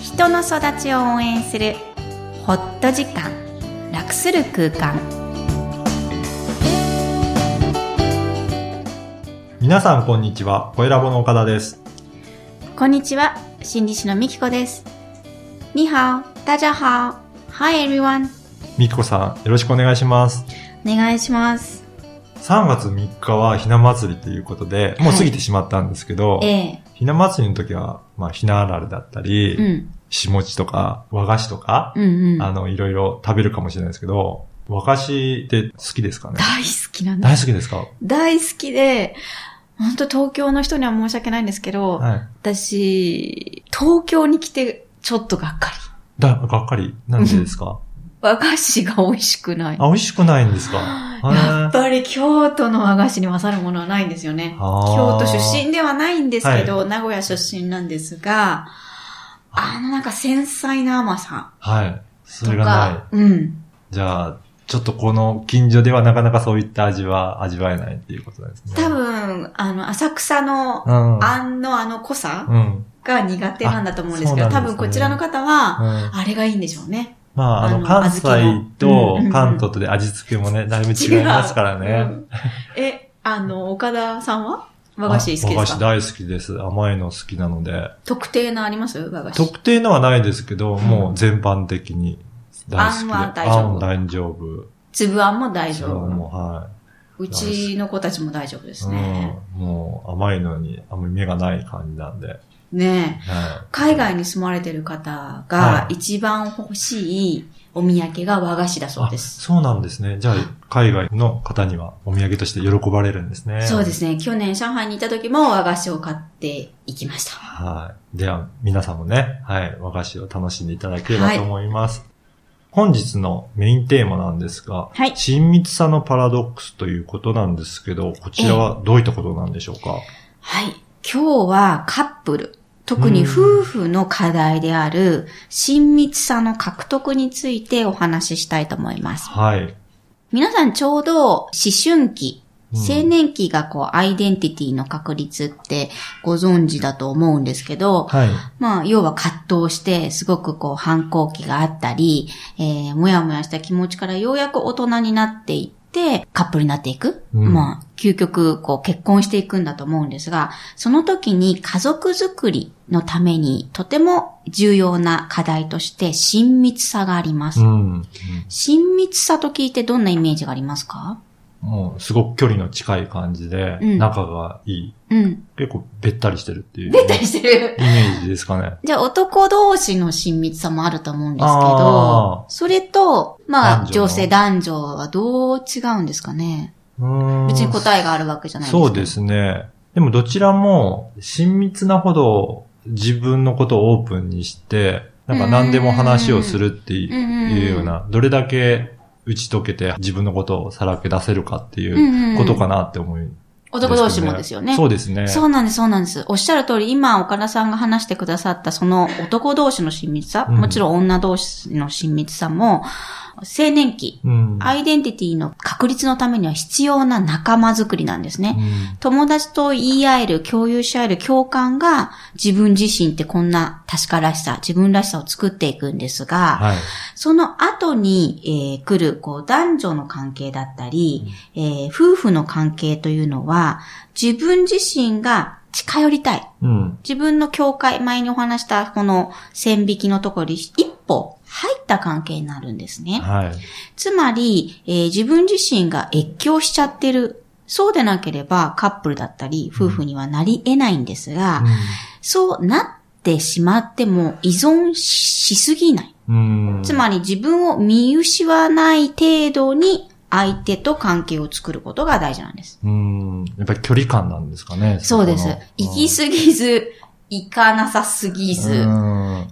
人の育ちを応援するホット時間楽する空間皆さんこんにちは、声ラボの岡田です。こんにちは心理師のみきこです你好大家好 Hi everyone みきこさん、よろしくお願いします。お願いします3月3日はひな祭りということで、もう過ぎてしまったんですけど、えひな祭りの時は、まあ、ひなあられだったり、えうんしもちとか、和菓子とか、うんうんあ大好の、いろいろ食べるかもしれないですけど、和菓子って好きですかねきなんで大好すきですか大好きで本当東京の人には申し訳ないんですけど、はい。私東京に来てちょっとがっかりだ、がっかり。なんでですか和菓子が美味しくないあ、美味しくないんですか やっぱり京都の和菓子に勝るものはないんですよね。京京都出身ではないんですけど、名古屋出身なんですが、あのなんか繊細な甘さはい。そとれがないか。、うん。じゃあ、ちょっとこの近所ではなかなかそういった味は味わえないっていうことなんですね。多分、あの、浅草のうん。あんのあの濃さうん。うん。が苦手なんだと思うんですけど、あそうな多んです分ねこちらの方は、まあれがいいんでしょうね。あ、ああの、の関西と小豆のうんうんうん関東とで味付けもね、だいぶ違いますからうね。んえ、あの、岡田さんは和菓子好きあで和菓す子か大好きです。甘いの好きなので。特定のあります和菓子。特定のはないですけど、もう全般的に大好きで。あんは大丈夫あん大丈夫。粒あんも大丈そう夫。もうはうちの子たちも大丈夫でい。すね。うん。もう甘いのにあんまり目がない感じなんで。はいねえ海外に住まれてる方がは一番欲しいお土産が和菓子だそうです。あそうなんですね。じゃあ、海外の方にはお土産として喜ばれるんですね。。そうですすね。去年上海に行った時も和菓子を買っていきました。はい。では、皆さんもね、はい、和菓子を楽しんでいただければと思います。本日のメインテーマなんですが、はい親密さのパラドックスということなんですけど、こちらはどういったことなんでしょうか、はい。今日はカップル、特に夫婦の課題である親密さの獲得についてお話ししたいと思います。はい。皆さんちょうど思春期、うん青年期がこうアイデンティティの確立ってご存知だと思うんですけど、はい。まあ要は葛藤してすごくこう反抗期があったり、えー、もやもやした気持ちからようやく大人になっていってカップルになっていく。うんまあ究極こう結婚していくんだと思うんですが、その時に家族づくりのためにとても重要な課題として親密さがあります。うん。うん親密さと聞いてどんなイメージがありますかもう、すごく距離の近い感じで、うん仲がいい。うん。結構、べったりしてるっていう。出たりしてる。イメージですかね。じゃあ男同士の親密さもあると思うんですけどあ、それと、まあ男女の女性男女はどう違うんですかね別別に答えがあるわけじゃないですか。そうで。すね。でもどちらも親密なほど自分のことをオープンにして、なんか何でも話をするってうんうんいうような、どれだけ打ち解けて自分のことをさらけ出せるかってうんいううんうんことかなって思い、男同士もですよね。そうですね。そうなんです、そうなんです。おっしゃる通り、今、岡田さんが話してくださった、その男同士の親密さ、うんもちろん女同士の親密さも、青年期、うん。アイデンティティの確立のためには必要な仲間づくりなんですね。うん友達と言い合える、共有し合える共感が自分自身ってこんな確からしさ、自分らしさを作っていくんですが、はい。その後に、えー来るこう男女の関係だったり、えー夫婦の関係というのは、自分自身が近寄りたい。うん。自分の境界、前にお話したこの線引きのところに一歩入った関係になるんですね。はい。つまり、えー自分自身が越境しちゃってる。そうでなければカップルだったり夫婦にはなり得ないんですが、そうなってしまっても依存しすぎない。うん。つまり自分を見失わない程度に相手と関係を作ることが大事なんです。り、うん。やっぱり距離感なんですかね。そうです。行きす過ぎず、行かなさすぎず、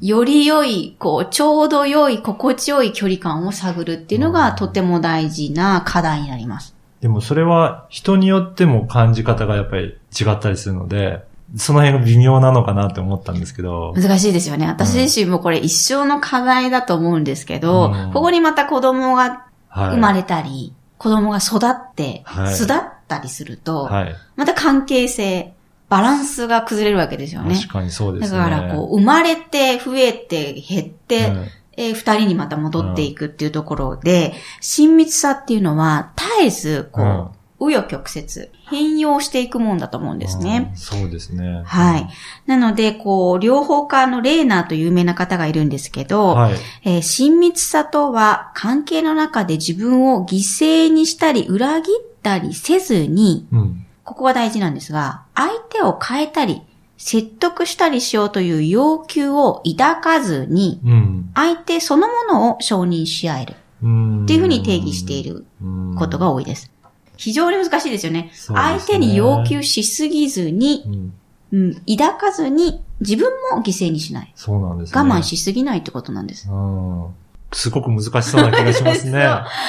より良い、こう、ちょうど良い、心地よい距離感を探るっていうのがうんとても大事な課題になります。でもそれは人によっても感じ方がやっぱり違ったりするので、その辺が微妙なのかなって思ったんですけど。難しいですよね。私自身もこれ一生の課題だと思うんですけど、うんここにまた子供がはい。生まれたり、子供が育って、はい巣立ったりすると、はい。また関係性、バランスが崩れるわけですよね。確かにそうでだすね。から、こう、生まれて、増えて、減って、うんえー二人にまた戻っていくっていうところで、親密さっていうのは、絶えず、こうんう、紆余曲折、変容していくもんだと思うんですね。うんそうですね。はい。なので、こう、両方家のレーナーという有名な方がいるんですけど、はい。えー親密さとは関係の中で自分を犠牲にしたり裏切ったりせずに、うん。ここが大事なんですが、相手を変えたり、説得したりしようという要求を抱かずに、うん。相手そのものを承認し合えるうん。っていうふうに定義しているうんことが多いです。非常に難しいですよね。そうで相すね手に要求しすぎずに、ううんん、抱かずに自分も犠牲にしない。そうなんですね。我慢しすぎないってことなんです。うん。すごく難しそうな気がしますね そう。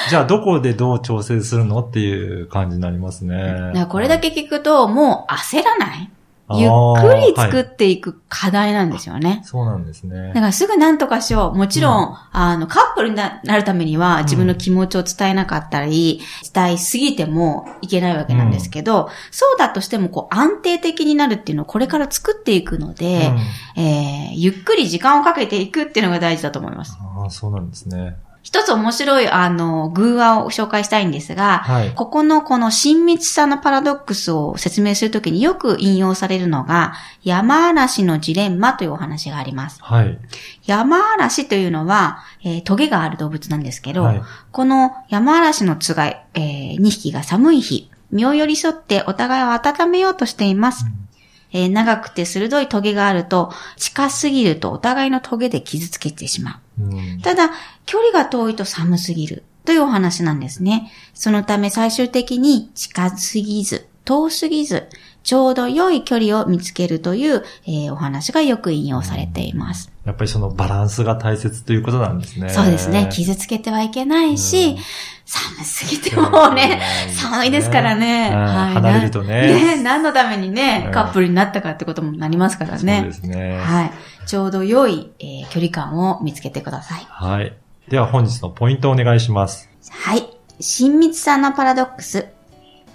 じゃあ、どこでどう調整するのっていう感じになりますね。だからこれだけ聞くと、もう焦らない。あーゆっくり作はいっていく課題なんですよね。そうなんですだね。からすぐ何とかしよう。もちろん、うあの、カップルにななるためには自分の気持ちを伝えなかったり、伝えすぎてもいけないわけなんですけど、そうだとしてもこう安定的になるっていうのをこれから作っていくので、うんえーゆっくり時間をかけていくっていうのが大事だと思います。ああ、そうなんですね。一つ面白い、あの、偶話を紹介したいんですが、はい。ここのこの親密さのパラドックスを説明するときによく引用されるのが、山嵐のジレンマというお話があります。はい。山嵐というのは、えートゲがある動物なんですけど、はい。この山嵐のつがい、え2匹が寒い日、身を寄り添ってお互いを温めようとしています。えー長くて鋭いトゲがあると、近すぎるとお互いのトゲで傷つけてしまう。うんただ、距離が遠いと寒すぎるというお話なんですね。そのため最終的に近すぎず、遠すぎず、ちょうど良い距離を見つけるという、えーお話がよく引用されています。やっぱりそのバランスが大切ということなんですね。そうですね。傷つけてはいけないし、うん寒すぎてもね、寒いですからね。うんはい離れるとね。ね、何のためにねう、んカップルになったかってこともなりますからそうでね。すね。はい。ちょうど良い、えー距離感を見つけてください。はい。では本日のポイントをお願いします。はい。親密さのパラドックス。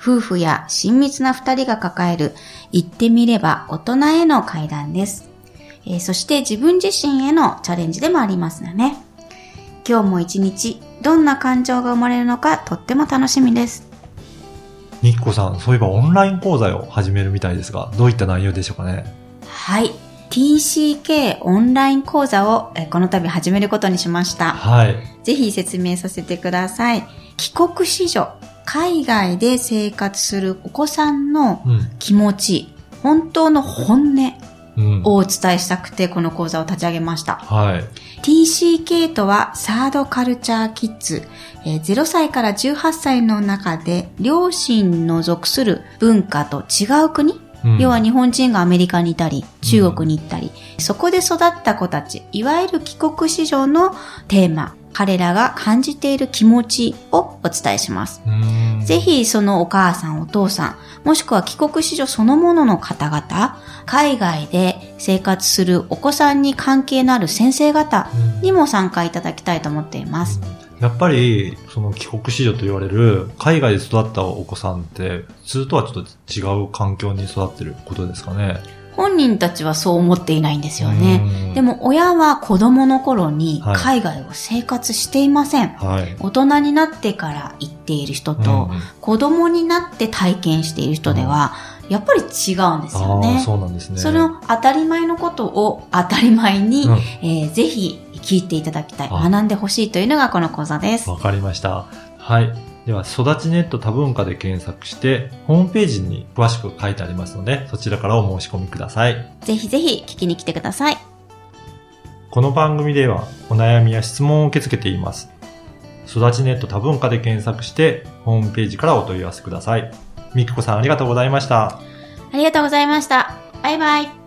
夫婦や親密な二人が抱える、言ってみれば大人への階段です。えーそして自分自身へのチャレンジでもありますよね。今日も一日、どんな感情が生まれるのかとっても楽しみです。みきこさん、そういえばオンライン講座を始めるみたいですが、どういった内容でしょうかね。はい。TCK オンライン講座をえーこの度始めることにしました。はい。ぜひ説明させてください。帰国子女、海外で生活するお子さんのうん。気持ち、本当の本音うん。をお伝えしたくて、この講座を立ち上げました。はい。 TCK とは、サードカルチャーキッズ、えー0歳から18歳の中で、両親の属する文化と違う国、うん要は日本人がアメリカにいたり、中国に行ったり、そこで育った子たち、いわゆる帰国子女のテーマ、彼らが感じている気持ちをお伝えします。うんぜ。ひそのお母さんお父さん、もしくは帰国子女そのものの方々、海外で生活するお子さんに関係のある先生方うんにも参加いただきたいと思っています。やっぱり、その帰国子女と言われる、海外で育ったお子さんって、普通とはちょっと違う環境に育ってることですかね。本人たちはそう思っていないんですよね。ねで、も親は子供の頃にはい海外を生活していません。はい。大人になってから行っている人と、うん子供になって体験している人では、やっぱり違うんですよああ、ね。そうなんですね。その当たり前のことを当たり前に、うんえーぜひ聞いていただきたい、はい学んでほしいというのがこの講座です。わかりました。はい。では、育ちネット多文化で検索して、ホームページに詳しく書いてありますので、そちらからお申し込みください。ぜひぜひ聞きに来てください。この番組では、お悩みや質問を受け付けています。育ちネット多文化で検索して、ホームページからお問い合わせください。みきこさんありがとうございました。ありがとうございました。バイバイ。